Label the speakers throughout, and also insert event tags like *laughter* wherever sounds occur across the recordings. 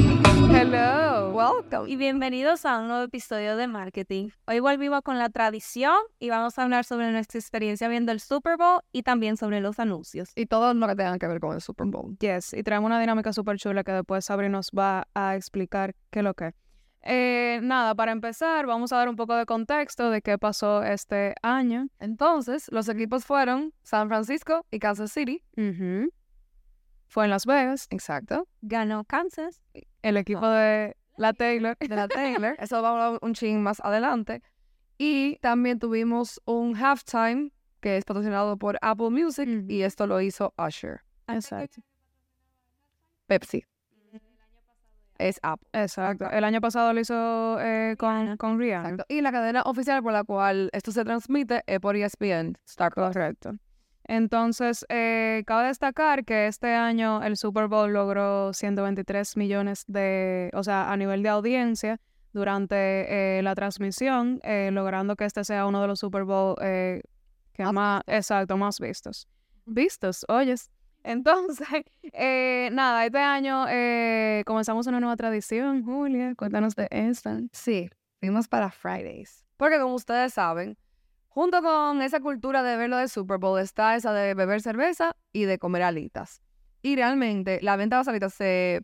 Speaker 1: Hello, welcome
Speaker 2: y bienvenidos a un nuevo episodio de Marketing. Hoy volvimos con la tradición y vamos a hablar sobre nuestra experiencia viendo el Super Bowl y también sobre los anuncios.
Speaker 1: y todo lo que tenga que ver con el Super Bowl.
Speaker 3: Yes, y traemos una dinámica súper chula que después Sabri nos va a explicar qué es lo que. es. Eh, nada, para empezar, vamos a dar un poco de contexto de qué pasó este año.
Speaker 1: Entonces, los equipos fueron San Francisco y Kansas City.
Speaker 3: Fue en Las Vegas,
Speaker 1: Exacto.
Speaker 2: Ganó Kansas.
Speaker 3: el equipo de la Taylor.
Speaker 1: De la Taylor. *laughs* Eso vamos a hablar un ching más adelante. Y también tuvimos un halftime que es patrocinado por Apple Music
Speaker 2: Ujú.
Speaker 1: y esto lo hizo Usher.
Speaker 3: Exacto.
Speaker 1: Pepsi. Es Apple.
Speaker 3: Exacto. El año pasado lo hizo eh, con,
Speaker 2: Rihanna.
Speaker 3: con Rihanna.
Speaker 1: Exacto. Y la cadena oficial por la cual esto se transmite es
Speaker 3: E
Speaker 1: por ESPN, Star Plus.
Speaker 3: Correcto. Entonces, eh, cabe destacar que este año el Super Bowl logró 123 millones de, o sea, a nivel de audiencia durante eh, la transmisión, eh, logrando que este sea uno de los Super Bowl eh, que
Speaker 1: Más
Speaker 3: más, exacto, más vistos. Vistos, oyes. Entonces, *laughs* eh, nada, este año eh, comenzamos una nueva tradición, Julia, cuéntanos de esta.
Speaker 1: Sí, fuimos para Fridays. Porque como ustedes saben, junto con esa cultura de ver lo del Super Bowl está esa de beber cerveza y de comer alitas. Y realmente la venta de las alitas se,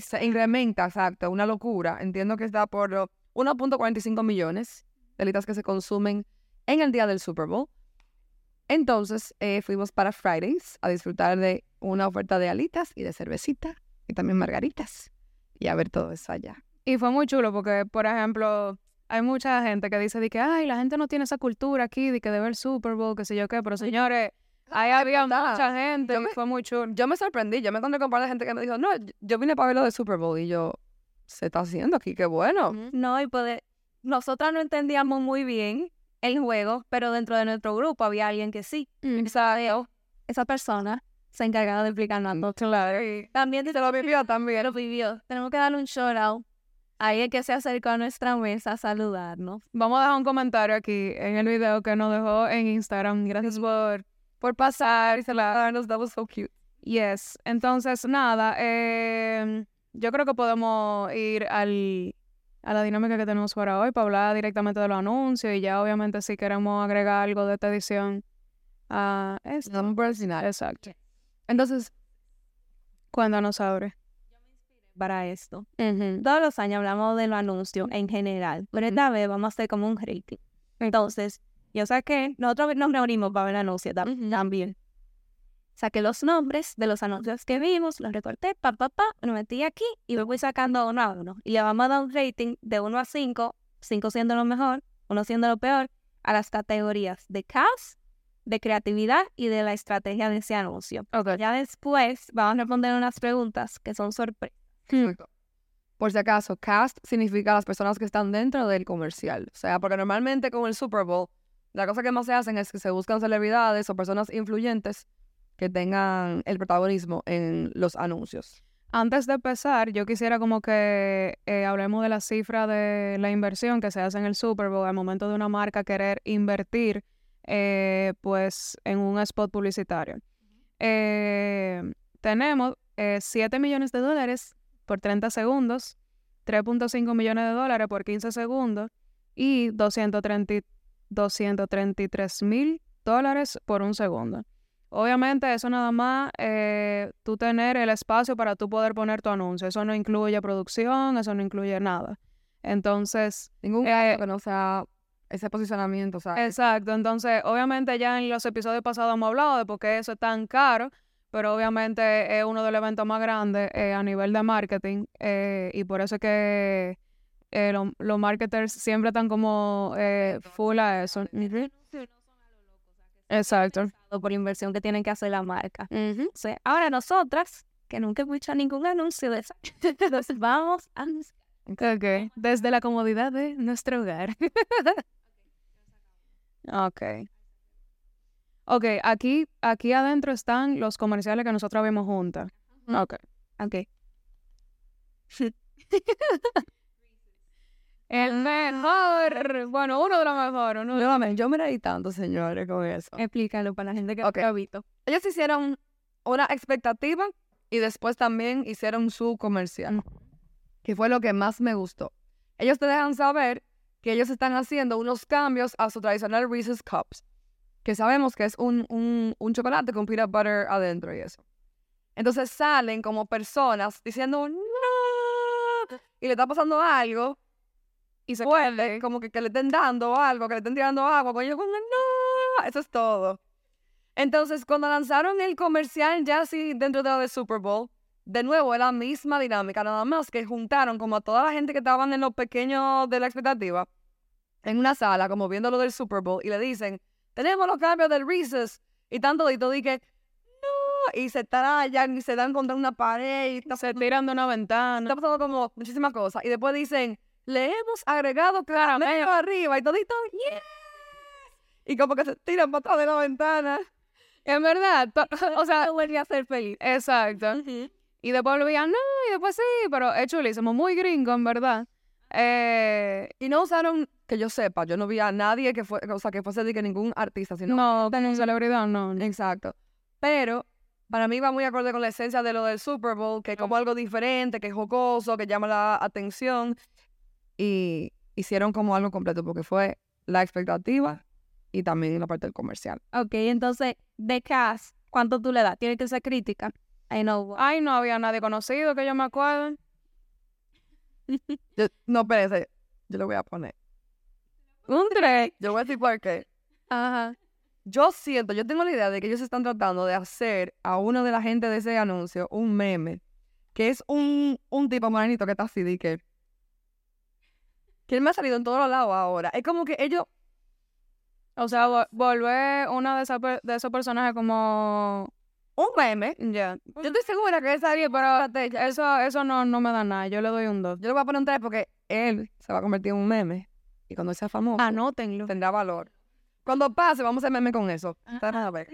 Speaker 1: se incrementa, exacto, una locura. Entiendo que está por lo- 1.45 millones de alitas que se consumen en el día del Super Bowl. Entonces eh, fuimos para Fridays a disfrutar de una oferta de alitas y de cervecita y también margaritas y a ver todo eso allá.
Speaker 3: Y fue muy chulo porque, por ejemplo, hay mucha gente que dice de que, ay, la gente no tiene esa cultura aquí, de que de ver Super Bowl, qué sé yo qué, pero señores, ahí había
Speaker 1: verdad.
Speaker 3: mucha gente,
Speaker 1: Yo
Speaker 3: y
Speaker 1: me-
Speaker 3: fue muy chulo.
Speaker 1: yo me sorprendí, yo me encontré con un par de gente que me dijo, no, yo- yo vine para ver lo de Super Bowl y yo, se está haciendo aquí, qué bueno.
Speaker 2: No, y poder... Nosotras no entendíamos muy bien el juego, pero dentro de nuestro grupo había alguien que sí.
Speaker 3: Mm.
Speaker 2: Esa, esa persona se encargaba de explicarnos.
Speaker 1: No, claro. Y
Speaker 2: También
Speaker 1: se lo vivió también.
Speaker 2: lo vivió. Tenemos que darle un shout out a alguien que se acercó a nuestra mesa a saludarnos.
Speaker 3: Vamos a dejar un comentario aquí en el video que nos dejó en Instagram. Gracias por, por pasar. Se la-
Speaker 1: Ah, nos damos so cute.
Speaker 3: Yes. Entonces, nada, eh, yo creo que podemos ir al, a la dinámica que tenemos para hoy, para hablar directamente de los anuncios y ya obviamente si queremos agregar algo de esta edición a
Speaker 1: Nos
Speaker 3: esto.
Speaker 1: damos por el final.
Speaker 3: Exacto.
Speaker 1: Entonces,
Speaker 3: Cuando nos abre.
Speaker 2: para esto. Todos los años hablamos de los anuncios en general, pero esta vez vamos a hacer como un rating. Entonces, yo saqué, nosotros nos reunimos para ver anuncios tam-
Speaker 1: Ujú.
Speaker 2: también. Saqué los nombres de los anuncios que vimos, los recorté, pa, pa, pa, los metí aquí y me voy sacando uno a uno. Y le vamos a dar un rating de 1 a 5, 5 siendo lo mejor, 1 siendo lo peor, a las categorías de caos, de creatividad y de la estrategia de ese anuncio. Ya después vamos a responder unas preguntas que son sorpresas.
Speaker 1: Exacto. Por si acaso, cast significa las personas que están dentro del comercial. O sea, porque normalmente con el Super Bowl, la cosa que más se hacen es que se buscan celebridades o personas influyentes que tengan el protagonismo en los anuncios.
Speaker 3: Antes de empezar, yo quisiera como que eh, hablemos de la cifra de la inversión que se hace en el Super Bowl al momento de una marca querer invertir eh, pues en un spot publicitario. Eh, tenemos eh, 7 millones de dólares por 30 segundos, 3.5 millones de dólares por 15 segundos y 230 233 mil dólares por un segundo. Obviamente, eso nada más, eh, tú tener el espacio para tú poder poner tu anuncio. Eso no incluye producción, eso no incluye nada. Entonces,
Speaker 1: Ningún
Speaker 3: Eh,
Speaker 1: caso que no sea ese posicionamiento, o sea,
Speaker 3: exacto. Entonces, obviamente, ya en los episodios pasados hemos hablado de por qué eso es tan caro, pero obviamente es uno de los eventos más grandes eh, a nivel de marketing eh, y por eso es que eh, lo- los marketers siempre están como eh, full a eso. Ujú. Exacto.
Speaker 2: o por inversión que tienen que hacer la marca. Entonces, ahora nosotras, que nunca hemos hecho ningún anuncio de
Speaker 1: *laughs*
Speaker 2: eso, entonces vamos a...
Speaker 3: Ok, desde la comodidad de nuestro hogar. ok. Ok, aquí, aquí adentro están los comerciales que nosotros vimos juntas. Ok.
Speaker 2: Ok.
Speaker 3: El mejor. Bueno, uno de los mejores. uno de-
Speaker 1: Nuevamente, yo me reí tanto, señores, con eso.
Speaker 2: Explícalo para la gente que
Speaker 1: Ok.
Speaker 2: no lo ha visto.
Speaker 1: Ellos hicieron una expectativa y después también hicieron su comercial, que fue lo que más me gustó. Ellos te dejan saber que ellos están haciendo unos cambios a su tradicional Reese's Cups, que sabemos que es un, un, un chocolate con peanut butter adentro y eso. Entonces salen como personas diciendo, no, y le está pasando algo,
Speaker 3: Y se
Speaker 1: duele, como que, que le estén dando algo, que le estén tirando agua, con ellos con el no, eso es todo. Entonces, cuando lanzaron el comercial ya así dentro de la de Super Bowl, de nuevo es la misma dinámica, nada más que juntaron como a toda la gente que estaban en los pequeños de la expectativa, en una sala, como viendo lo del Super Bowl, y le dicen, tenemos los cambios del Reese's, y tanto y todo, y que, no, y se tarallan, y se dan contra una pared, y está
Speaker 3: se tiran de una ventana.
Speaker 1: está pasando como muchísimas cosas. Y después dicen, le hemos agregado caramelo arriba y todito, ¡yeah! Y como que se tiran para atrás de la ventana.
Speaker 3: En verdad,
Speaker 1: *laughs*
Speaker 3: to- o sea,
Speaker 2: vuelve a ser feliz.
Speaker 3: exacto. Y después volvían, no, y después sí, pero es chulísimo, muy gringo, en verdad. Eh,
Speaker 1: Y no usaron, que yo sepa, yo no vi a nadie que fue, o sea, que fuese de que ningún artista, sino.
Speaker 3: no, como celebridad, no.
Speaker 1: Exacto. Pero para mí va muy acorde con la esencia de lo del Super Bowl, que es como algo diferente, que es jocoso, que llama la atención. Y hicieron como algo completo, porque fue la expectativa y también la parte del comercial.
Speaker 2: Ok, entonces, de Cas, ¿cuánto tú le das? Tiene que ser crítica. I know.
Speaker 3: Ay, no había nadie conocido que yo me acuerdo.
Speaker 1: Yo- no, espérese, yo le voy a poner.
Speaker 2: Un 3.
Speaker 1: Yo voy a decir por qué.
Speaker 2: Ajá.
Speaker 1: Yo siento, yo tengo la idea de que ellos están tratando de hacer a uno de la gente de ese anuncio un meme, que es un, un tipo morenito que está así, de que... Que él me ha salido en todos los lados ahora. Es como que ellos...
Speaker 3: O sea, vo- volver una de, esas per- de esos personajes como...
Speaker 1: Un meme.
Speaker 3: Ya.
Speaker 1: Yo estoy segura que esa bien, pero espérate, ya-
Speaker 3: Eso, eso no, no me da nada, yo le doy un 2.
Speaker 1: yo le voy a poner un 3 porque él se va a convertir en un meme. Y cuando sea famoso,
Speaker 3: Ah, Anótenlo.
Speaker 1: tendrá valor. Cuando pase, vamos a hacer meme con eso. A ver.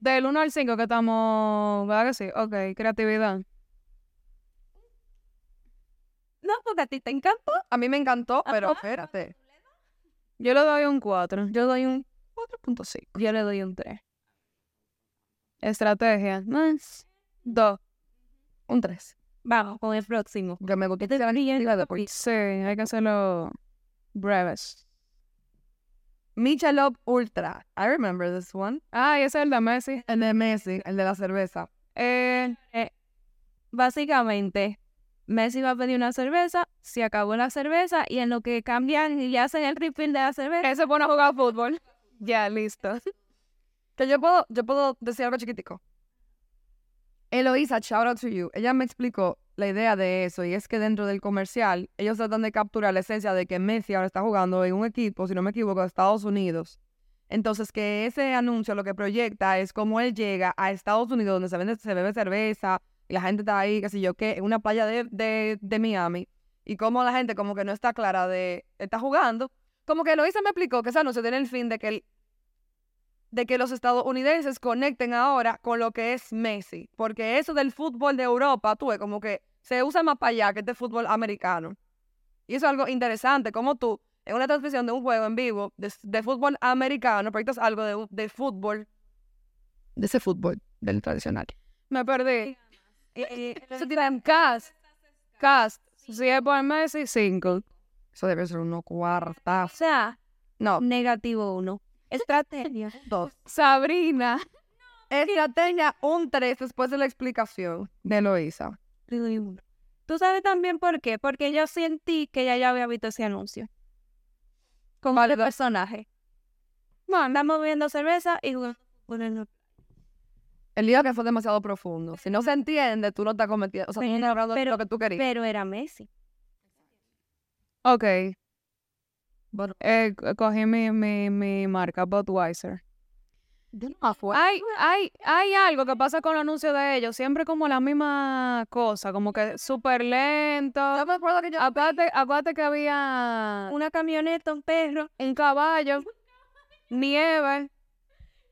Speaker 3: Del 1 al 5 que estamos, ¿verdad que sí? Ok, creatividad.
Speaker 2: No, porque a ti te encanta.
Speaker 1: A mí me encantó, pero
Speaker 2: Ajá.
Speaker 1: espérate.
Speaker 3: Yo le doy un 4.
Speaker 1: Yo doy un 4.5.
Speaker 3: Yo le doy un 3. Estrategia. 2.
Speaker 1: Un 3.
Speaker 2: Vamos con el próximo.
Speaker 1: Porque me
Speaker 2: Este
Speaker 1: gustó. la niña y la de por-
Speaker 3: Sí, hay que hacerlo breves.
Speaker 1: Michelob Ultra. I remember this one.
Speaker 3: Ah, y ese es el de Messi.
Speaker 1: El de Messi, el de la cerveza.
Speaker 3: Eh,
Speaker 2: Básicamente, Messi va a pedir una cerveza, se acabó la cerveza y en lo que cambian y hacen el refill de la cerveza.
Speaker 3: ese pone a jugar fútbol. Ya, listo.
Speaker 1: Que yo puedo, yo puedo decir algo chiquitico. Eloisa, shout out to you. Ella me explicó la idea de eso y es que dentro del comercial ellos tratan de capturar la esencia de que Messi ahora está jugando en un equipo, si no me equivoco, de Estados Unidos. Entonces que ese anuncio lo que proyecta es cómo él llega a Estados Unidos donde se, vende, se bebe cerveza y la gente está ahí, qué sé yo, que en una playa de, de, de Miami y cómo la gente como que no está clara de, está jugando. Como que Eloisa me explicó que ese anuncio tiene el fin de que el, de que los estadounidenses conecten ahora con lo que es Messi, porque eso del fútbol de Europa, tú ves, como que se usa más para allá que este fútbol americano. Y eso es algo interesante, como tú, en una transmisión de un juego en vivo de, s- de fútbol americano, proyectas algo de, un- de fútbol. De ese fútbol, del tradicional.
Speaker 3: Me perdí.
Speaker 1: *laughs*
Speaker 2: Eh,
Speaker 1: Eso tiene cast.
Speaker 3: Cast. Si es por Messi, 5.
Speaker 1: Eso debe ser uno
Speaker 2: O
Speaker 1: cuartazo.
Speaker 2: sea,
Speaker 1: No,
Speaker 2: negativo uno. Estrategia.
Speaker 1: dos.
Speaker 3: Sabrina.
Speaker 1: Estrategia un tres después de la explicación de Loisa.
Speaker 2: Le doy uno. ¿Tú sabes también por qué? Porque yo sentí que ya, ya había visto ese anuncio. Con el personaje. Bueno, andamos bebiendo cerveza y jugando fútbol en la
Speaker 1: El lío que fue demasiado profundo. Si no se entiende, tú no estás cometiendo. O sea, tú no estás hablando de lo que tú querías.
Speaker 2: Pero era Messi.
Speaker 3: Ok.
Speaker 1: Bueno.
Speaker 3: Eh, c- cogí mi, mi, mi marca, Budweiser. Hay, hay, hay algo que pasa con los anuncios de ellos, siempre como la misma cosa, como que súper lento.
Speaker 1: Yo me acuerdo que yo.
Speaker 3: Acuérdate, acuérdate que había
Speaker 2: Una camioneta, un perro.
Speaker 3: un caballo, nieve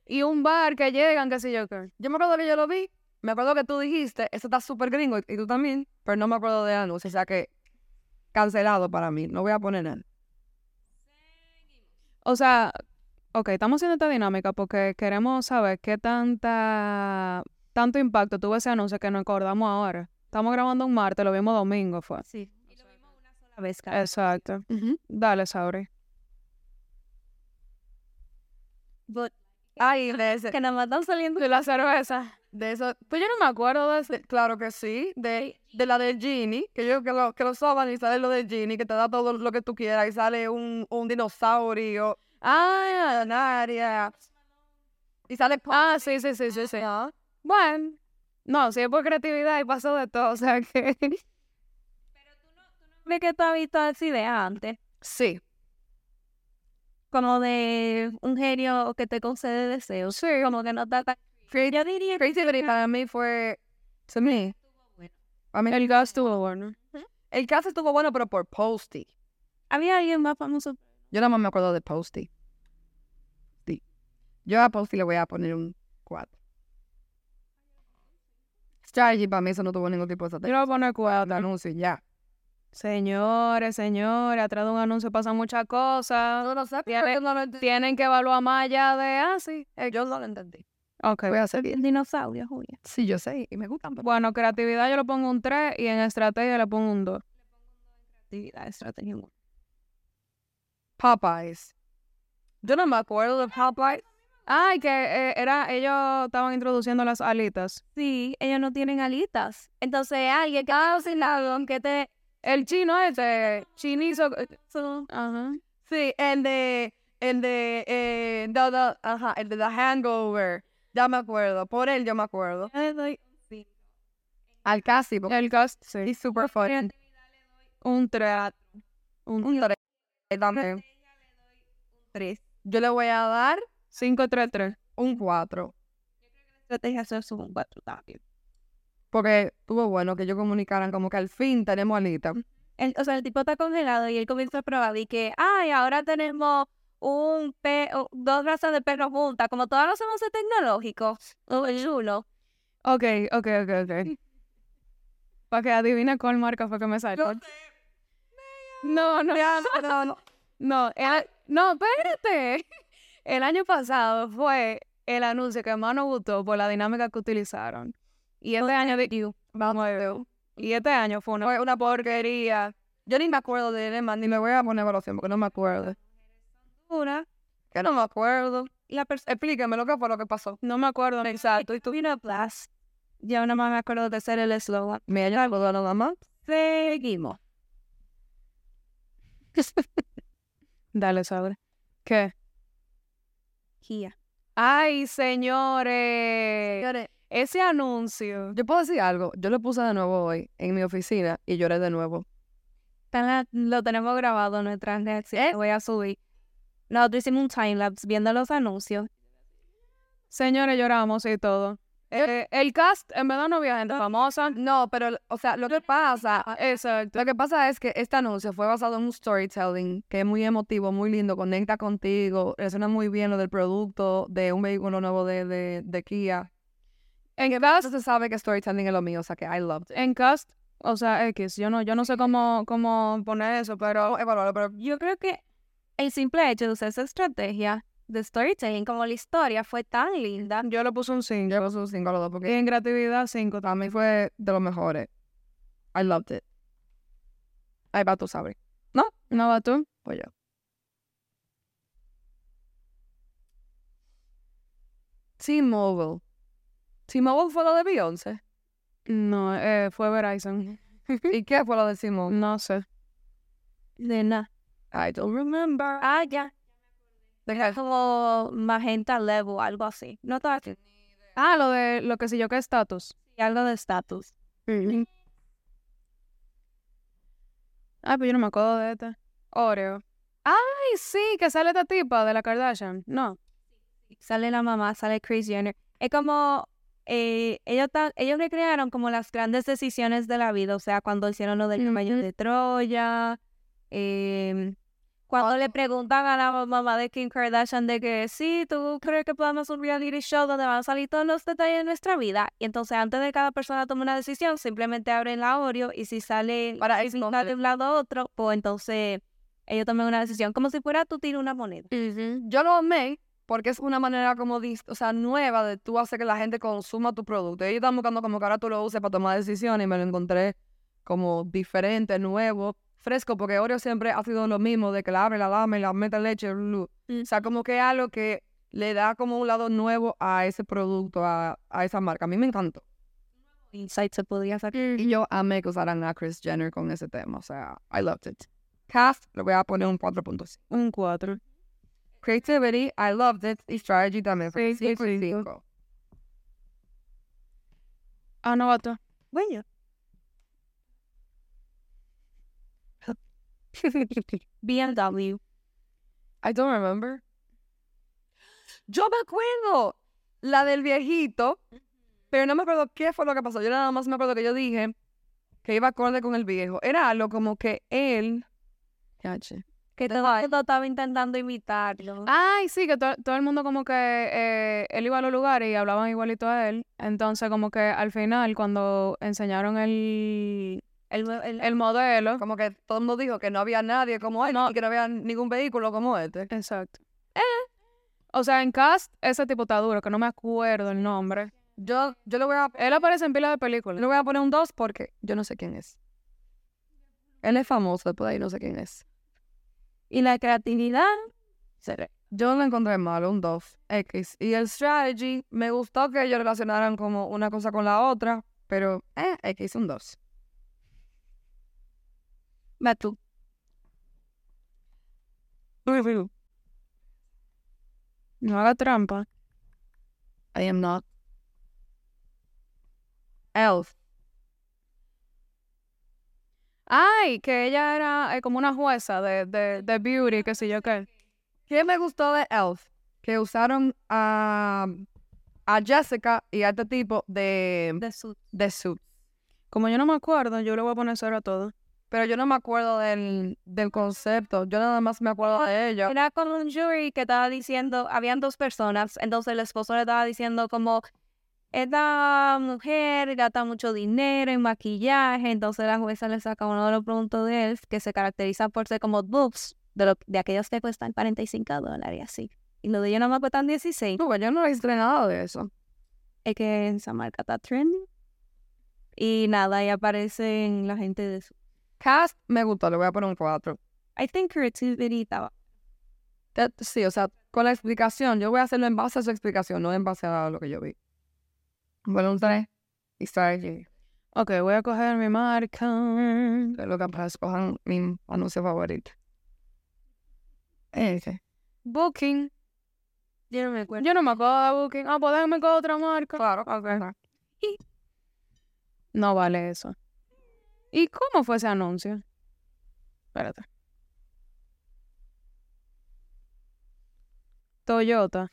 Speaker 3: y un bar que llegan, qué sé yo qué.
Speaker 1: Yo me acuerdo que yo lo vi. Me acuerdo que tú dijiste, eso está súper gringo y, y tú también. Pero no me acuerdo de anuncio. O sea que cancelado para mí. No voy a poner nada.
Speaker 3: O sea, ok, estamos haciendo esta dinámica porque queremos saber qué tanta tanto impacto tuvo ese anuncio que nos acordamos ahora. Estamos grabando un martes, lo vimos domingo, fue.
Speaker 2: Sí. Y lo vimos una sola vez, cara.
Speaker 3: Exacto. Dale, Sauri.
Speaker 2: But-
Speaker 1: Ay, de, ese-
Speaker 2: que nada más están saliendo.
Speaker 3: De la cerveza.
Speaker 1: de eso. Pues yo no me acuerdo de ese. Claro que sí. De, de la de Ginny. Que yo que lo, que lo soban y sale lo de Ginny, que te da todo lo que tú quieras. Y sale un, un dinosaurio. Ay, Anaria. Y sale.
Speaker 3: Ah, sí, sí, sí, sí, sí.
Speaker 1: Ah.
Speaker 3: Bueno. No, si es por creatividad y pasó de todo, *laughs* o sea que...
Speaker 2: Ve que tú has visto así de antes.
Speaker 1: Sí.
Speaker 2: Como de un genio que te concede deseos. Sí. Como que no está tan. Yo diría que
Speaker 1: Creativity para mí fue. To me. A mí-
Speaker 3: El gas estuvo bueno.
Speaker 1: el caso estuvo bueno, pero por Posty.
Speaker 2: había alguien más famoso.
Speaker 1: Yo nada más me acuerdo de Posty. Sí. Yo a Posty le voy a poner un 4. Strategy para mí eso no tuvo ningún tipo de
Speaker 3: Yo le
Speaker 1: estrategia.
Speaker 3: voy a poner
Speaker 1: El
Speaker 3: cuerda.
Speaker 1: anuncio y ya.
Speaker 3: Señores, señores, atrás de un anuncio pasan muchas cosas.
Speaker 1: no sé,
Speaker 3: pero yo Tienen que evaluar más allá de así.
Speaker 1: Yo no lo entendí.
Speaker 3: Ok.
Speaker 1: Voy a hacer bien.
Speaker 2: El dinosaurio, Julia.
Speaker 1: Sí, yo sé, y me gustan. pero-
Speaker 3: Bueno, creatividad yo le pongo un 3 y en estrategia le pongo un 2.
Speaker 2: Actividad, estrategia. humor.
Speaker 1: Popeyes. Yo no me acuerdo de Popeyes.
Speaker 3: Ay, que eh, era, ellos estaban introduciendo las alitas.
Speaker 2: Sí, ellos no tienen alitas. Entonces, alguien que ha cocinado, que te.
Speaker 3: El chino este, chinizo. eh,
Speaker 2: su-
Speaker 3: Ajá.
Speaker 1: Sí, el de. El de. Eh, no, no, ajá, el de The Hangover. Ya me acuerdo. Por él yo me acuerdo.
Speaker 2: Yo le doy
Speaker 1: Al casi, porque
Speaker 3: El cast,
Speaker 1: es
Speaker 3: sí.
Speaker 1: super funny.
Speaker 3: Un 3.
Speaker 1: Un tres también.
Speaker 2: tres.
Speaker 1: Eh, Yo le voy a dar
Speaker 3: 5-3-3.
Speaker 1: un 4.
Speaker 2: Estrategia ser su un cuatro también.
Speaker 1: Porque estuvo bueno que ellos comunicaran como que al fin tenemos alita.
Speaker 2: El- o sea, el tipo está congelado y él comienza a probar y que, ay, ahora tenemos un pe o- dos razas de perros juntas, como todos los avances tecnológicos, o el chulo.
Speaker 3: Ok, ok, ok,
Speaker 1: *laughs*
Speaker 3: ok. Para que adivina cuál marca fue que me salió. No, no,
Speaker 1: no, no.
Speaker 3: no. era- no, espérate. *laughs* El año pasado fue el anuncio que más nos gustó por la dinámica que utilizaron. Y este año... di-
Speaker 1: Vamos a ver.
Speaker 3: Y este año fue una...
Speaker 1: Fue *laughs* una porquería. Yo ni me acuerdo de él, es más, ni le voy a poner evaluación porque no me acuerdo.
Speaker 2: Una,
Speaker 1: Que no me acuerdo.
Speaker 2: y la persona
Speaker 1: Explícame lo que fue lo que pasó.
Speaker 3: No me acuerdo.
Speaker 2: Exacto, y *laughs* tú vino a Plus. Ya nada más me acuerdo de ser el eslogan.
Speaker 1: Me hallan algo de nada más.
Speaker 2: Seguimos.
Speaker 3: *laughs* Dale, sobre. ¿Qué?
Speaker 2: Kia.
Speaker 3: Ay, señores.
Speaker 1: Señores,
Speaker 3: Ese anuncio.
Speaker 1: Yo puedo decir algo. Yo lo puse de nuevo hoy en mi oficina y lloré de nuevo.
Speaker 2: Está la- lo tenemos grabado en nuestras redes.
Speaker 1: ¿Eh?
Speaker 2: Lo voy a subir. Nosotros hicimos un timelapse viendo los anuncios.
Speaker 3: Señores, lloramos y todo. Eh, el cast, en verdad no había gente famosa. Ah,
Speaker 1: No, pero, o sea, lo que pasa,
Speaker 3: Exacto.
Speaker 1: lo que pasa es que este anuncio fue basado en un storytelling que es muy emotivo, muy lindo, conecta contigo, resuena muy bien lo del producto de un vehículo nuevo de, de, de Kia.
Speaker 3: En
Speaker 1: Eso
Speaker 3: cast,
Speaker 1: se sabe que storytelling es lo mío, o sea que I loved it.
Speaker 3: en cast, o sea, X. Yo no, yo no sé cómo, cómo poner eso, pero
Speaker 1: Evaluarlo, pero
Speaker 2: Yo creo que el simple hecho de usar esa estrategia de storytelling como la historia fue tan linda.
Speaker 3: yo le puse un 5.
Speaker 1: yo le puse un 5 a los dos
Speaker 3: Y
Speaker 1: porque
Speaker 3: en creatividad, 5
Speaker 1: para mí fue de los mejores. I loved it. Ahí va tú, Sabri.
Speaker 3: ¿No? ¿No va tú?
Speaker 1: Pues yo. T-Mobile. T-Mobile fue la de Beyoncé.
Speaker 3: No, eh, fue Verizon.
Speaker 1: ¿Y qué fue la de Simone?
Speaker 3: No sé.
Speaker 2: De nada.
Speaker 1: I don't remember.
Speaker 2: Ah, ya. Como magenta level, algo así. No estaba así.
Speaker 3: Ah, lo de lo que sé yo que Mm. estatus.
Speaker 2: Algo de estatus.
Speaker 3: Ah, pero yo no me acuerdo de este. Oreo. Ay, sí, que sale esta tipa de la Kardashian. No.
Speaker 2: Sale la mamá, sale Chris Jenner. Es como. eh, ellos, ta- ellos recrearon como las grandes decisiones de la vida. O sea, cuando hicieron lo del caballo de Troya. eh, cuando le preguntan a la mamá de Kim Kardashian de que sí, ¿tú crees que podamos un reality show donde van a salir todos los detalles de nuestra vida? Y entonces antes de cada persona tome una decisión, simplemente abren la Oreo y si sale
Speaker 1: Para
Speaker 2: si sale de un lado a otro, pues entonces ellos toman una decisión como si fuera tú tiras una moneda.
Speaker 1: Yo lo amé porque es una manera como, dis- o sea, nueva de tú hacer que la gente consuma tu producto. Ellos están buscando como que ahora tú lo uses para tomar decisiones y me lo encontré como diferente, nuevo, fresco, porque Oreo siempre ha sido lo mismo, de que la abre, la dame, la mete leche, blu, blu. o sea, como que algo que le da como un lado nuevo a ese producto, a, a esa marca. A mí me encantó.
Speaker 2: Insight se podría sacar.
Speaker 1: Y yo amé que usaran a Chris Jenner con ese tema, o sea, I loved it. Cast, le voy a poner un 4.5.
Speaker 3: Un 4.
Speaker 1: Creativity, I loved it. Y strategy también.
Speaker 3: Sí, sí,
Speaker 1: Cinco y
Speaker 3: sí.
Speaker 1: cinco.
Speaker 3: Ah, novato.
Speaker 2: Bueno. BMW.
Speaker 1: I don't remember. Yo me acuerdo la del viejito, pero no me acuerdo qué fue lo que pasó. Yo nada más me acuerdo que yo dije que iba acorde con el viejo. Era algo como que él.
Speaker 2: Que todo el mundo estaba intentando imitarlo.
Speaker 3: Ay, sí, que to- todo el mundo como que eh, él iba a los lugares y hablaban igualito a él. Entonces como que al final cuando enseñaron el,
Speaker 2: El nue- el-
Speaker 3: el modelo.
Speaker 1: Como que todo el mundo dijo que no había nadie como él y que no había ningún vehículo como este.
Speaker 3: Exacto. Eh, O sea, en Cast ese tipo está duro, que no me acuerdo el nombre.
Speaker 1: Yo, yo le voy a,
Speaker 3: Él aparece en pila de películas.
Speaker 1: le voy a poner un 2 porque yo no sé quién es. Él es famoso, después de ahí no sé quién es.
Speaker 2: y la creatividad.
Speaker 1: Seré. Yo lo encontré malo, un 2. X. Y el strategy, me gustó que ellos relacionaran como una cosa con la otra, pero eh, X, un 2.
Speaker 2: Va tú.
Speaker 3: No haga trampa.
Speaker 1: I am not. Elf.
Speaker 3: Ay, que ella era eh, como una jueza de, de, de beauty, qué sé yo qué.
Speaker 1: ¿Qué me gustó de Elf? Que usaron a, a Jessica y a este tipo de,
Speaker 2: De su.
Speaker 1: de suit.
Speaker 3: Como yo no me acuerdo, yo le voy a poner cero a todo.
Speaker 1: Pero yo no me acuerdo del, del concepto. Yo nada más me acuerdo de ella.
Speaker 2: Era con un jury que estaba diciendo, habían dos personas, entonces el esposo le estaba diciendo como, esta mujer gasta mucho dinero en maquillaje, entonces la jueza le saca uno de los productos de él que se caracteriza por ser como dupes, de, lo- de aquellos que cuestan 45 dólares y así. Y lo de ellos no me cuestan 16.
Speaker 1: Tú, yo no registré nada de eso.
Speaker 2: Es que esa marca está trending. Y nada, ahí aparecen la gente de su...
Speaker 1: Cast me gustó, le voy a poner un 4.
Speaker 2: I think creativity estaba...
Speaker 1: Te- Sí, o sea, con la explicación. Yo voy a hacerlo en base a su explicación, no en base a lo que yo vi. Bueno, un 3. Y strategy.
Speaker 3: Ok, voy a coger mi marca.
Speaker 1: Que es lo que para escojan mi anuncio favorito. Ese.
Speaker 3: Booking.
Speaker 2: Yo no me acuerdo.
Speaker 3: Yo no me acuerdo de Booking. Ah, pues déjame con otra marca.
Speaker 1: Claro. ok.
Speaker 3: No vale eso. ¿Y cómo fue ese anuncio? Espérate. Toyota.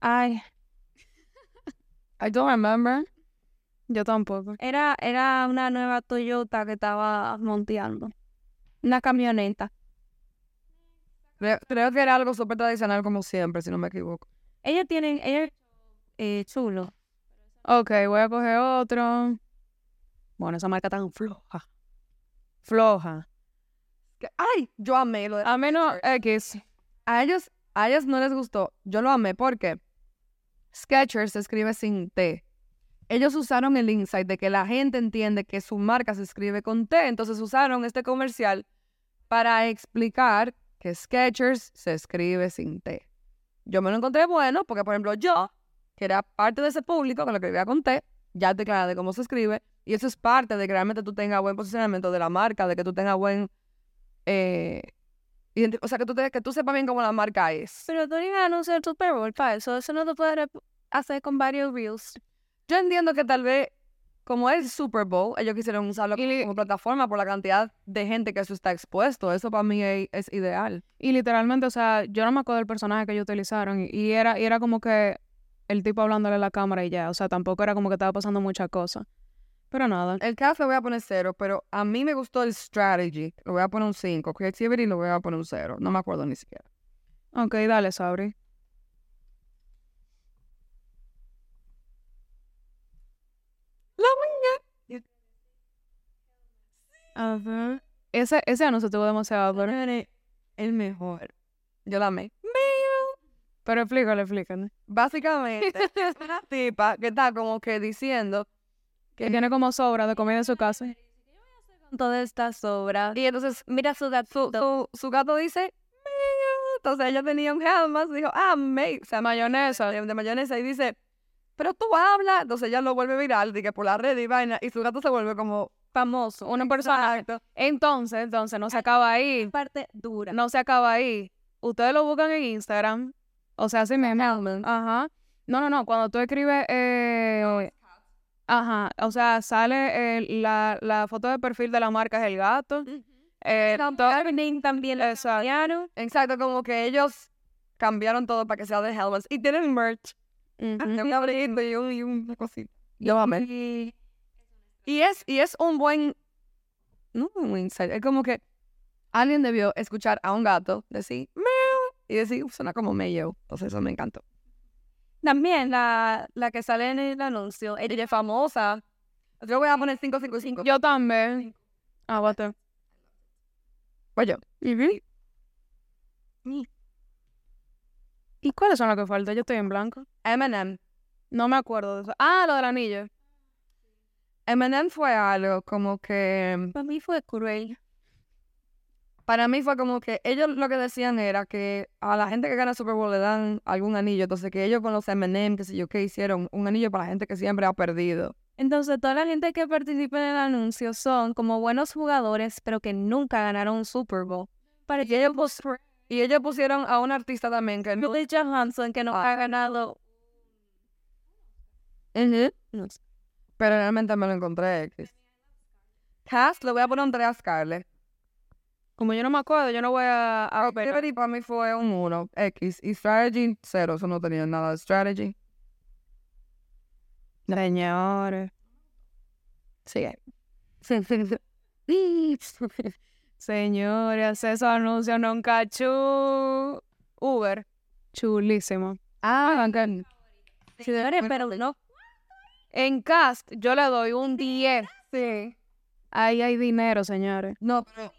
Speaker 2: Ay,
Speaker 3: I don't remember. Yo tampoco.
Speaker 2: era, era una nueva Toyota que estaba monteando. Una camioneta.
Speaker 1: Creo, creo que era algo súper tradicional como siempre, si no me equivoco.
Speaker 2: Ellos tienen, ellos, eh, chulo.
Speaker 3: Ok, voy a coger otro. Bueno, esa marca tan floja. Floja.
Speaker 1: Que- ¡Ay! Yo amé lo de... eh,
Speaker 3: A menos X.
Speaker 1: A ellos, a ellos no les gustó. Yo lo amé porque Skechers se escribe sin T. Ellos usaron el insight de que la gente entiende que su marca se escribe con T. Entonces usaron este comercial para explicar que Skechers se escribe sin T. Yo me lo encontré bueno porque, por ejemplo, yo, que era parte de ese público que lo escribía con T, ya te aclara de cómo se escribe. Y eso es parte de que realmente tú tengas buen posicionamiento de la marca, de que tú tengas buen... eh, identi- o sea, que tú, te- que tú sepas bien cómo la marca es.
Speaker 2: Pero tú no ibas a anunciar el Super Bowl para eso. Eso no te puede rep- hacer con varios reels.
Speaker 1: Yo entiendo que tal vez, como es el Super Bowl, ellos quisieron usarlo
Speaker 3: Y le-
Speaker 1: como plataforma por la cantidad de gente que eso está expuesto. Eso para mí es, es ideal.
Speaker 3: Y literalmente, o sea, yo no me acuerdo del personaje que ellos utilizaron. y- Y era, y era como que el tipo hablándole a la cámara y ya. O sea, tampoco era como que estaba pasando mucha cosa. Pero nada.
Speaker 1: El cast le voy a poner cero, pero a mí me gustó el strategy. Le voy a poner un 5. Creativity le voy a poner un cero. No me acuerdo ni siquiera.
Speaker 3: Ok, dale, Sabri. A ver. Ese, ese anuncio tuvo demasiado dolor.
Speaker 1: El mejor. Yo la amé. Me
Speaker 3: Pero explícale, explícale.
Speaker 1: Básicamente, es una tipa que está como que diciendo
Speaker 3: Que tiene como sobra de comida en su casa.
Speaker 2: con todas estas obras.
Speaker 1: Y entonces
Speaker 2: Mira su
Speaker 1: su,
Speaker 2: gatito.
Speaker 1: su, su gato dice, "Miau". entonces ella tenía un jamás, dijo, ah, may, o sea, mayonesa, de, de mayonesa, y dice, pero tú hablas, entonces ella lo vuelve viral, de que por la red y vaina, y su gato se vuelve como
Speaker 2: famoso. Una
Speaker 1: un personaje.
Speaker 3: Entonces, entonces, no se acaba ahí.
Speaker 2: parte dura.
Speaker 3: No se acaba ahí. Ustedes lo buscan en Instagram. O sea, así mismo. Ajá. No, no, no. Cuando tú escribes. eh, ajá. O sea, sale el- la, la foto de perfil de la marca es el gato. Eh, to-
Speaker 2: También, también lo
Speaker 3: Exacto.
Speaker 2: cambiaron.
Speaker 1: Exacto, como que ellos cambiaron todo para que sea de Hellmans, y tienen merch,
Speaker 3: Ujú.
Speaker 1: de un abriguito y, un, y una cosita. Yo amé. Y, es, y es un buen, no un insight, es como que alguien debió escuchar a un gato decir, "Miau", y decir, suena como Mayo, entonces eso me encantó.
Speaker 2: También la, la que sale en el anuncio. Ella es famosa.
Speaker 1: Yo voy a poner 555.
Speaker 3: Yo también. Ah, bate.
Speaker 1: Pues yo.
Speaker 3: ¿Y cuáles son las que faltan? Yo estoy en blanco.
Speaker 1: Eminem.
Speaker 3: No me acuerdo de eso. Ah, lo del anillo.
Speaker 1: Eminem fue algo como que.
Speaker 2: Para mí fue cruel.
Speaker 1: Para mí fue como que ellos lo que decían era que a la gente que gana Super Bowl le dan algún anillo. Entonces, que ellos con los Eminem, que sé yo qué, hicieron un anillo para la gente que siempre ha perdido.
Speaker 2: Entonces, toda la gente que participa en el anuncio son como buenos jugadores, pero que nunca ganaron un Super Bowl. Para
Speaker 1: Y ellos, pus- y ellos pusieron a un artista también que no. Ah.
Speaker 2: Scarlett Johansson, que no ha ganado. No sé.
Speaker 1: Pero realmente me lo encontré X. Cast, le voy a poner un 3 a Scarlett.
Speaker 3: Como yo no me acuerdo, yo no voy a. a
Speaker 1: Ah,
Speaker 3: opinar.
Speaker 1: Pero para mí fue un 1, X. Y Strategy, 0. Eso no tenía nada de Strategy.
Speaker 3: Señores.
Speaker 1: Sigue.
Speaker 3: Señores, esos anuncios nunca chu. Uber. Chulísimo.
Speaker 1: Ah, ok.
Speaker 2: Señores, pero no.
Speaker 3: En cast, yo le doy un 10.
Speaker 1: Sí.
Speaker 3: Ahí hay dinero, señores.
Speaker 1: No, pero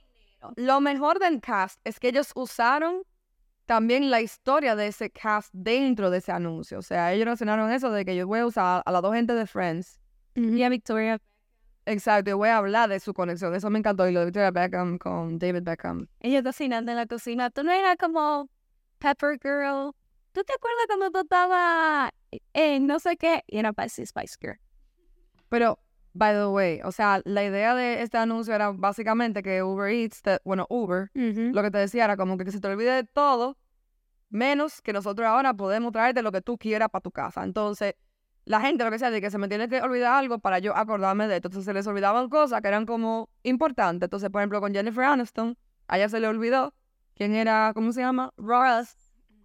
Speaker 1: lo mejor del cast es que ellos usaron también la historia de ese cast dentro de ese anuncio. O sea, ellos relacionaron eso de que yo voy a usar a las dos gente de Friends.
Speaker 2: Y a Victoria.
Speaker 1: Exacto, y voy a hablar de su conexión. Eso me encantó. Y lo de Victoria Beckham con David Beckham.
Speaker 2: Ella cocinando en la cocina. Tú no eras como Pepper Girl. ¿Tú te acuerdas cuando tú estabas en no sé qué? Y era Spice Spice Girl.
Speaker 1: Pero, by the way, o sea, la idea de este anuncio era básicamente que Uber Eats, te- bueno, Uber, lo que te decía era como que, que se te olvide de todo, menos que nosotros ahora podemos traerte lo que tú quieras para tu casa. Entonces, la gente lo que sea de que se me tiene que olvidar algo para yo acordarme de esto. Entonces, se les olvidaban cosas que eran como importantes. Entonces, por ejemplo, con Jennifer Aniston, a ella se le olvidó quién era, ¿cómo se llama? Ross.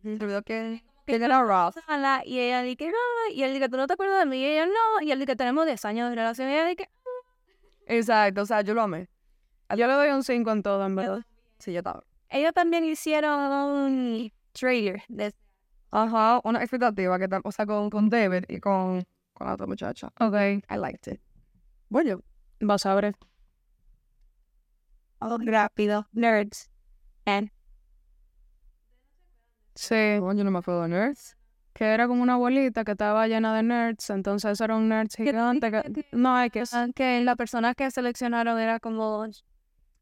Speaker 1: Se le olvidó quién, quién era Ross.
Speaker 2: Ojalá, Y ella dice, no, y él dice, tú no te acuerdas de mí, y ella no, y él dice, tenemos 10 años de relación, y ella dice,
Speaker 1: Exacto, o sea, yo lo amé.
Speaker 3: Yo le doy un 5 en todo, en verdad.
Speaker 1: Sí, yo estaba.
Speaker 2: ellos también hicieron un trailer de
Speaker 1: Ajá, una expectativa que, tam- o sea, con, con David y con, con la otra muchacha.
Speaker 3: Ok.
Speaker 1: I liked it. Bueno,
Speaker 3: Vas a ver.
Speaker 2: Oh, rápido, nerds, and
Speaker 3: Sí.
Speaker 1: yo no me acuerdo de Nerds.
Speaker 3: Que era como una bolita que estaba llena de nerds. Entonces, eso era un nerd gigante. que- No, hay que.
Speaker 2: Ah, que la persona que seleccionaron era como,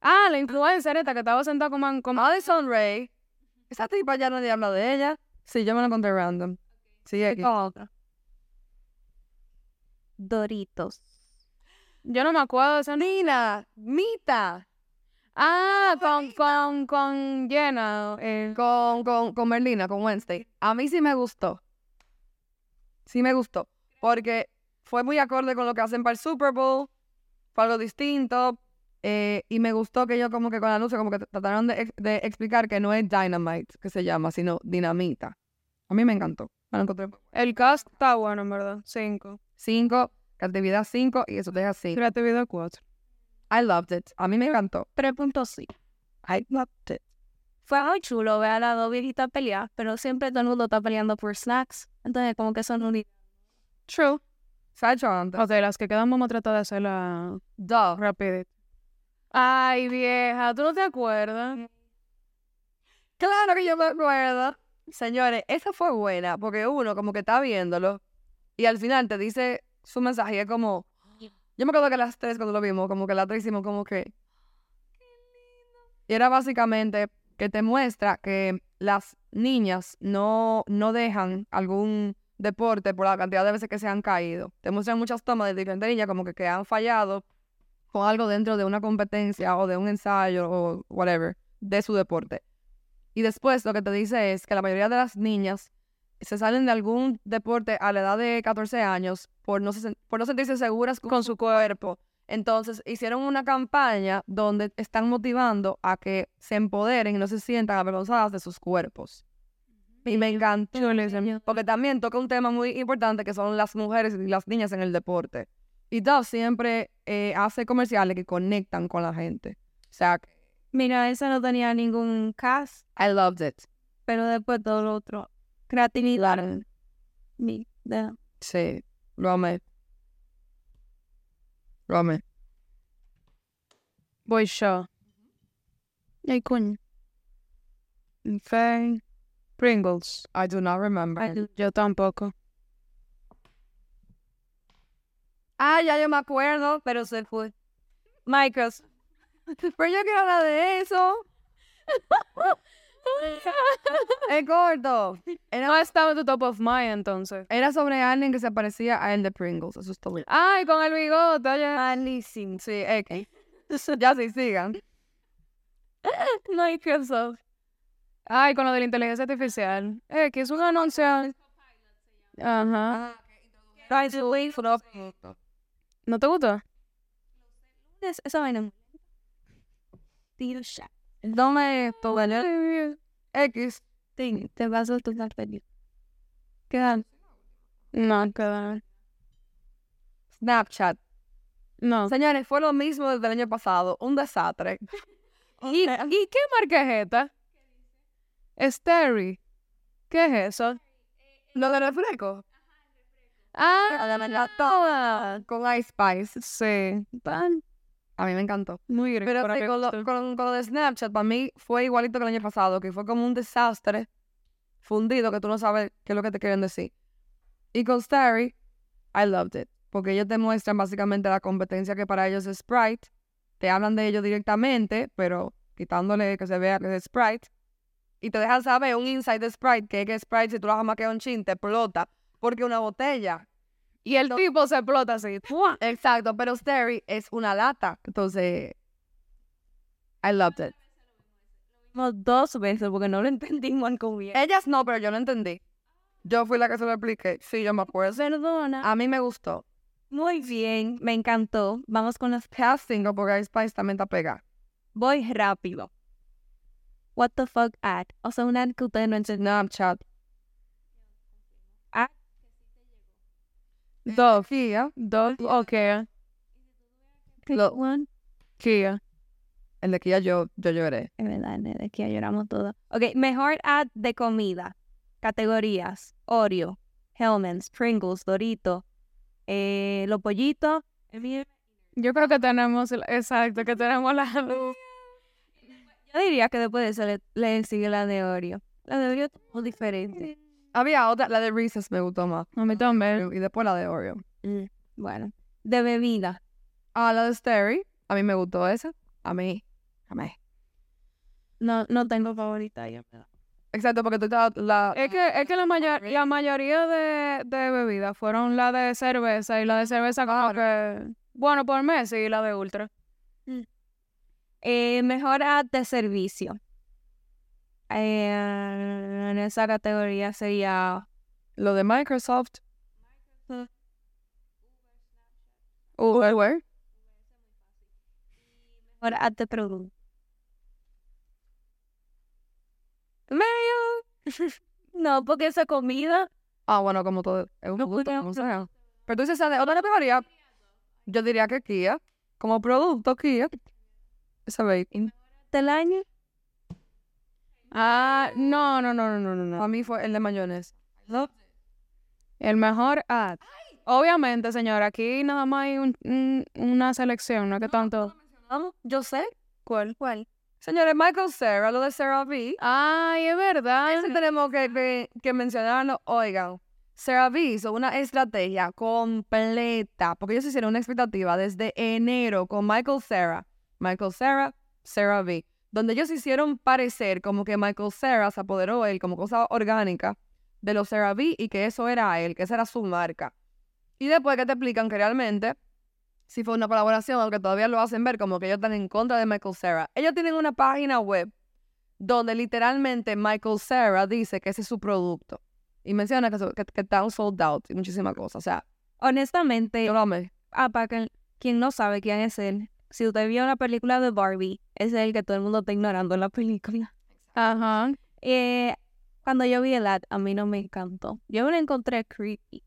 Speaker 3: Ah, la influencer esta que estaba sentada como. en- como-
Speaker 1: Madison Ray. Esa tipa ya nadie habla de ella. Sí, yo me la encontré random. Sí, aquí.
Speaker 2: oh, Doritos.
Speaker 3: Yo no me acuerdo de ese
Speaker 1: Nina, Mita,
Speaker 3: Ah, con, con, con Jenna. eh,
Speaker 1: con, con, con Merlina, con Wednesday. A mí sí me gustó. Sí me gustó. Porque fue muy acorde con lo que hacen para el Super Bowl. Fue algo distinto. eh, y me gustó que ellos como que con la luz como que trataron de, ex- de explicar que no es Dynamite, que se llama, sino Dinamita. A mí me encantó. Me la encontré.
Speaker 3: el cast está bueno, en verdad. 5.
Speaker 1: Cinco, creatividad cinco, y eso te deja cinco.
Speaker 3: Creatividad 4.
Speaker 1: I loved it. A mí me encantó.
Speaker 2: 3.5.
Speaker 1: I loved it.
Speaker 2: Fue muy chulo ver a las dos viejitas pelear, pero siempre todo el mundo está peleando por snacks, entonces como que son unidas.
Speaker 3: True.
Speaker 1: Sancho antes.
Speaker 3: Ok, las que quedan vamos a tratar de hacerla
Speaker 1: Duh.
Speaker 3: rapidito. Ay, vieja, ¿tú no te acuerdas?
Speaker 1: Claro que yo me acuerdo. Señores, esa fue buena, porque uno como que está viéndolo y al final te dice su mensaje y es como... Yo me acuerdo que a las tres cuando lo vimos, como que las tres hicimos como que... Y era básicamente que te muestra que las niñas no, no dejan algún deporte por la cantidad de veces que se han caído. Te muestran muchas tomas de diferentes niñas como que, que han fallado con algo dentro de una competencia o de un ensayo o whatever de su deporte. Y después lo que te dice es que la mayoría de las niñas se salen de algún deporte a la edad de 14 años por no, se sen- por no sentirse seguras con su cuerpo. Entonces hicieron una campaña donde están motivando a que se empoderen y no se sientan avergonzadas de sus cuerpos. Y me encantó. Porque también toca un tema muy importante que son las mujeres y las niñas en el deporte. Y Dove siempre eh, hace comerciales que conectan con la gente. O sea,
Speaker 2: Mira, eso no tenía ningún cast,
Speaker 1: I loved it.
Speaker 2: pero después todo lo otro. Creatividad. Mi, de-
Speaker 1: Sí, lo amé. Lo amé.
Speaker 3: Voy yo.
Speaker 2: Ay, coño.
Speaker 3: Ok. Pringles.
Speaker 1: I do not remember.
Speaker 2: Ay, Dios.
Speaker 3: Yo tampoco.
Speaker 1: Ah, ya yo me acuerdo.
Speaker 2: Pero se fue. Microsoft.
Speaker 1: *laughs* Pero yo quiero hablar de
Speaker 2: *laughs*
Speaker 1: eso. Es corto.
Speaker 3: No estaba en tu top of mind entonces.
Speaker 1: Era sobre alguien que se parecía a él de Pringles. Eso es todo.
Speaker 3: Ay, con el bigote, oye.
Speaker 2: Malísimo.
Speaker 1: Sí, X. Ya sí, sigan.
Speaker 2: Microsoft.
Speaker 3: Ay, con lo de la inteligencia artificial. Eh, que es un anuncio. Ajá.
Speaker 1: Ah,
Speaker 2: Try to leave. No.
Speaker 3: ¿No te gustó?
Speaker 2: Es- Esa vaina. Tío, ya. No me
Speaker 1: X.
Speaker 2: Ting, Te vas a tu cartel. Quedan.
Speaker 3: No, quedaron.
Speaker 1: Snapchat.
Speaker 3: No.
Speaker 1: Señores, fue lo mismo desde el año pasado. Un *laughs* desastre.
Speaker 3: ¿Y, y qué marca es esta? Steri. ¿Qué es eso?
Speaker 1: Lo de refresco.
Speaker 3: Ah,
Speaker 1: La de la toda. Con Ice Spice.
Speaker 3: sí. Pan.
Speaker 1: A mí me encantó.
Speaker 3: Muy rico.
Speaker 1: Pero
Speaker 3: para
Speaker 1: sí,
Speaker 3: que
Speaker 1: con, lo,
Speaker 3: guste.
Speaker 1: con- con lo de Snapchat, para mí fue igualito que el año pasado, que fue como un desastre fundido que tú no sabes qué es lo que te quieren decir. Y con Starry, I loved it, porque ellos te muestran básicamente la competencia que para ellos es Sprite, te hablan de ellos directamente, pero quitándole que se vea que es Sprite, y te dejan saber un insight de Sprite, que es que Sprite, si tú la jamás que un chin, te explota, porque una botella.
Speaker 3: Y el tipo se explota así. ¡fua!
Speaker 1: Exacto, pero Starry es una lata, entonces, I loved it.
Speaker 2: Como dos veces porque no lo *laughs* entendimos al comienzo.
Speaker 1: Ellas no, pero yo no entendí. Yo fui la que se lo expliqué. Sí, yo me acuerdo.
Speaker 2: Perdona.
Speaker 1: A mí me gustó.
Speaker 2: Muy bien, me encantó. Vamos con las.
Speaker 1: Casting porque Ice Spice también está pegada.
Speaker 2: Voy rápido. What the fuck ad. O sea, un ad que ustedes no entendieron.
Speaker 1: Snapchat.
Speaker 2: Ah.
Speaker 1: Dove. Kia.
Speaker 3: Dos. Ok.
Speaker 1: Lo-
Speaker 2: One.
Speaker 3: Kia.
Speaker 1: el de Kia yo, yo lloré.
Speaker 2: Es verdad, nene, de que ya lloramos todo. Ok, mejor ad de comida. Categorías: Oreo, Hellman's, Pringles, Dorito, eh, Los Pollitos. el mío-
Speaker 3: Yo creo que tenemos, el- exacto, que tenemos la luz.
Speaker 2: Yo diría que después de eso le, le sigue la de Oreo. La de Oreo es muy diferente.
Speaker 1: Había otra, la de Reese's me gustó más.
Speaker 3: A mí también.
Speaker 1: Y después la de Oreo.
Speaker 2: Bueno, de bebida.
Speaker 1: Ah, la de Stary. A mí me gustó esa. A mí. A mí.
Speaker 2: No, no tengo favorita. yo, pero-
Speaker 1: Exacto, porque tú estabas la...
Speaker 3: Es que, es que la, mayor, la mayoría de, de bebidas fueron la de cerveza y la de cerveza
Speaker 1: Ah,
Speaker 3: como que... Bueno, por Messi y la de Ultra.
Speaker 2: Eh, mejor ad de servicio. Eh, en esa categoría sería
Speaker 1: Lo de Microsoft.
Speaker 2: Ujú.
Speaker 1: Uber. Uber.
Speaker 2: mejor ad de producto. Mario. *laughs* no, porque esa comida.
Speaker 1: Ah, bueno, como todo. Es un
Speaker 2: No,
Speaker 1: gusto,
Speaker 2: pero-
Speaker 1: como sea. Pero tú dices, esa de otra categoría. Yo diría que Kia. Como producto, Kia. Esa baking.
Speaker 2: del año.
Speaker 3: Ah, no, no, no, no, no, no, no.
Speaker 1: A mí fue el de mayonesa.
Speaker 3: El mejor ad. Obviamente, señora, aquí nada más hay un- un- una selección, ¿no? Que tanto...
Speaker 2: Vamos, yo sé. ¿Cuál? ¿Cuál?
Speaker 1: Señores, Michael Cera, lo de Sarah B.
Speaker 3: Ay, es verdad.
Speaker 1: Eso tenemos que, que, que mencionarlo. Oigan, Sarah B hizo una estrategia completa, porque ellos hicieron una expectativa desde enero con Michael Cera. Michael Cera, Sarah B. Donde ellos hicieron parecer como que Michael Cera se apoderó él como cosa orgánica de los Sarah B y que eso era él, que esa era su marca. Y después que te explican que realmente si fue una colaboración, aunque todavía lo hacen ver como que ellos están en contra de Michael Cera. Ellos tienen una página web donde literalmente Michael Cera dice que ese es su producto. Y menciona que, que, que están sold out y muchísimas cosas. O sea,
Speaker 2: Honestamente,
Speaker 1: yo lo amé.
Speaker 2: ah, para que- quien no sabe quién es él, si usted vio la película de Barbie, ese es el que todo el mundo está ignorando en la película. *laughs*
Speaker 3: Ajá.
Speaker 2: Eh, cuando yo vi el ad, a mí no me encantó. Yo me lo encontré creepy.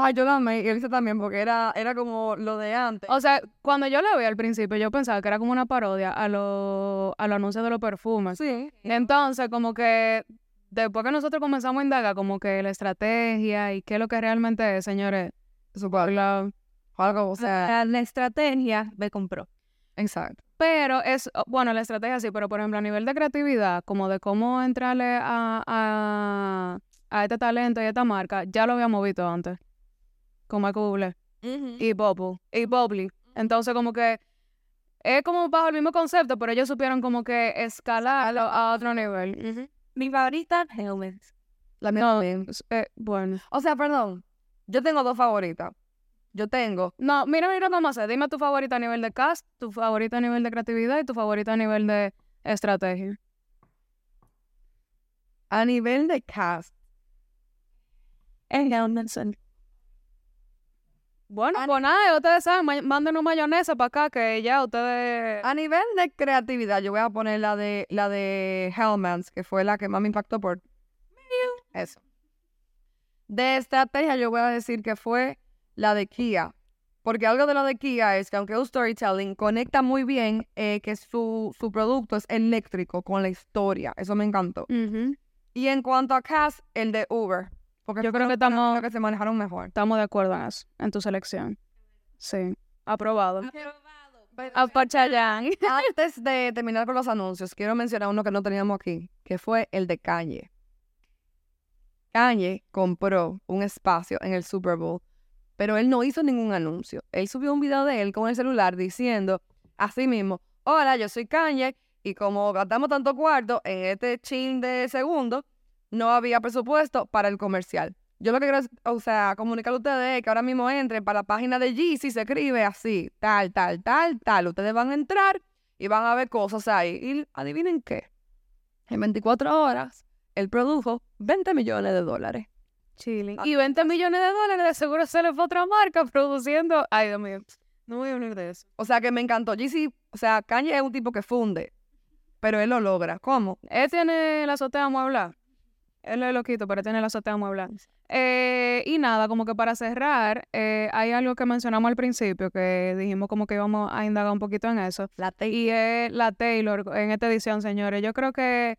Speaker 1: Ah, yo lo amé. Y él dice también porque era, era como lo de antes.
Speaker 3: O sea, cuando yo la vi al principio, yo pensaba que era como una parodia a los a los anuncios de los perfumes.
Speaker 1: sí.
Speaker 3: Entonces, como que después que nosotros comenzamos a indagar, como que la estrategia y qué es lo que realmente es, señores,
Speaker 1: Supongo.
Speaker 3: la-
Speaker 1: Algo, o sea,
Speaker 2: La, la estrategia me compró.
Speaker 1: exacto.
Speaker 3: Pero es, bueno, la estrategia sí, pero por ejemplo, a nivel de creatividad, como de cómo entrarle a, a, a este talento y a esta marca, ya lo habíamos visto antes. Con Michael Bublé y Bobo, y Bobli. Entonces, como que es como bajo el mismo concepto, pero ellos supieron como que escalarlo a otro nivel.
Speaker 2: Mi favorita, Helmet.
Speaker 1: La mía también.
Speaker 3: Es- eh, bueno.
Speaker 1: O sea, perdón. Yo tengo dos favoritas. Yo tengo.
Speaker 3: No, mira, mira cómo hacer. Dime tu favorita a nivel de cast, tu favorita a nivel de creatividad y tu favorita a nivel de estrategia.
Speaker 1: A nivel de cast.
Speaker 2: El Helmetson.
Speaker 3: Bueno, pues nada, ustedes saben, ma- mándenos mayonesa para acá que ya ustedes...
Speaker 1: A nivel de creatividad, yo voy a poner la de la de Hellman's, que fue la que más me impactó por eso. De estrategia, yo voy a decir que fue la de Kia. Porque algo de lo de Kia es que aunque es un storytelling, conecta muy bien eh, que su, su producto es eléctrico con la historia. Eso me encantó.
Speaker 3: Ujú.
Speaker 1: Y en cuanto a Cass, el de Uber. Porque
Speaker 3: Yo
Speaker 1: fue
Speaker 3: creo que
Speaker 1: lo
Speaker 3: estamos,
Speaker 1: que se manejaron mejor.
Speaker 3: estamos de acuerdo en eso, en tu selección. Sí, aprobado. A *laughs* Pachayán.
Speaker 1: Antes de terminar con los anuncios, quiero mencionar uno que no teníamos aquí, que fue el de Kanye. Kanye compró un espacio en el Super Bowl, pero él no hizo ningún anuncio. Él subió un video de él con el celular diciendo así mismo, hola, yo soy Kanye, y como gastamos tanto cuarto en este chin de segundo, no había presupuesto para el comercial. Yo lo que quiero, o sea, comunicar a ustedes es que ahora mismo entren para la página de Yeezy, se escribe así, tal, tal, tal, tal. Ustedes van a entrar y van a ver cosas ahí. Y adivinen qué. En 24 horas, él produjo 20 millones de dólares.
Speaker 3: Chilling. Y 20 millones de dólares de seguro se les fue a otra marca produciendo... Ay, Dios mío. No voy a hablar de eso.
Speaker 1: O sea, que me encantó. Yeezy, o sea, Kanye es un tipo que funde, pero él lo logra. ¿Cómo?
Speaker 3: Él tiene la azotea mueblada. Él es loquito, pero tiene la azotea mueblada. Eh, y nada, como que para cerrar, eh, hay algo que mencionamos al principio, que dijimos como que íbamos a indagar un poquito en eso.
Speaker 1: La
Speaker 3: Y es la Taylor en esta edición, señores. Yo creo que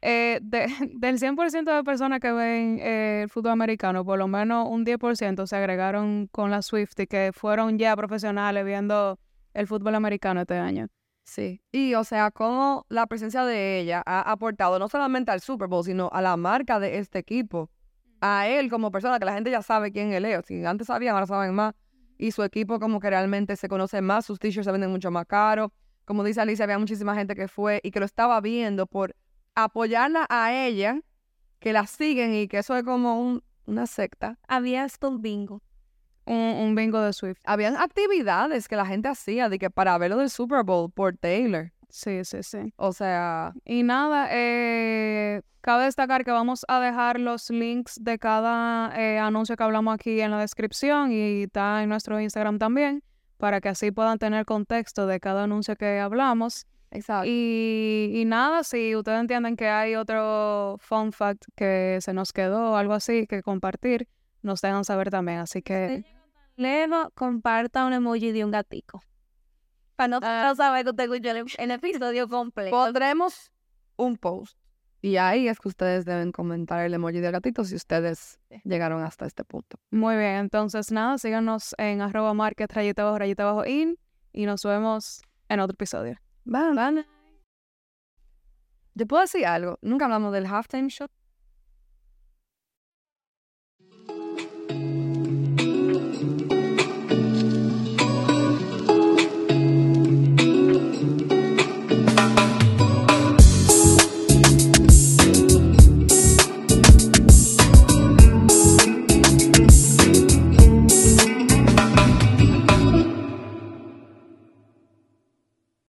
Speaker 3: eh, de- *laughs* del 100% de personas que ven eh, el fútbol americano, por lo menos un 10% se agregaron con la Swifty, que fueron ya profesionales viendo el fútbol americano este año.
Speaker 1: Sí. Y, o sea, cómo la presencia de ella ha aportado no solamente al Super Bowl, sino a la marca de este equipo. A él como persona, que la gente ya sabe quién él es. Si antes sabían, ahora saben más. Y su equipo como que realmente se conoce más, sus t-shirts se venden mucho más caro. Como dice Alicia, había muchísima gente que fue y que lo estaba viendo por apoyarla a ella, que la siguen y que eso es como un- una secta.
Speaker 2: Había hasta un bingo.
Speaker 3: Un, un bingo de Swift.
Speaker 1: Habían actividades que la gente hacía de que para ver lo del Super Bowl por Taylor.
Speaker 3: Sí, sí, sí.
Speaker 1: O sea,
Speaker 3: Y nada, eh, cabe destacar que vamos a dejar los links de cada eh, anuncio que hablamos aquí en la descripción y está en nuestro Instagram también, para que así puedan tener contexto de cada anuncio que hablamos.
Speaker 1: exacto.
Speaker 3: Y, y nada, si ustedes entienden que hay otro fun fact que se nos quedó o algo así que compartir, nos dejan saber también. Así que
Speaker 2: Luego comparta un emoji de un gatico. Para no para saber que usted escuchó el, el episodio completo.
Speaker 1: Pondremos un post. Y ahí es que ustedes deben comentar el emoji del gatito si ustedes llegaron hasta este punto.
Speaker 3: muy bien, entonces nada, síganos en arroba market rayita abajo, rayita abajo in y nos vemos en otro episodio.
Speaker 1: Bye. Yo puedo decir algo. Nunca hablamos del halftime shot.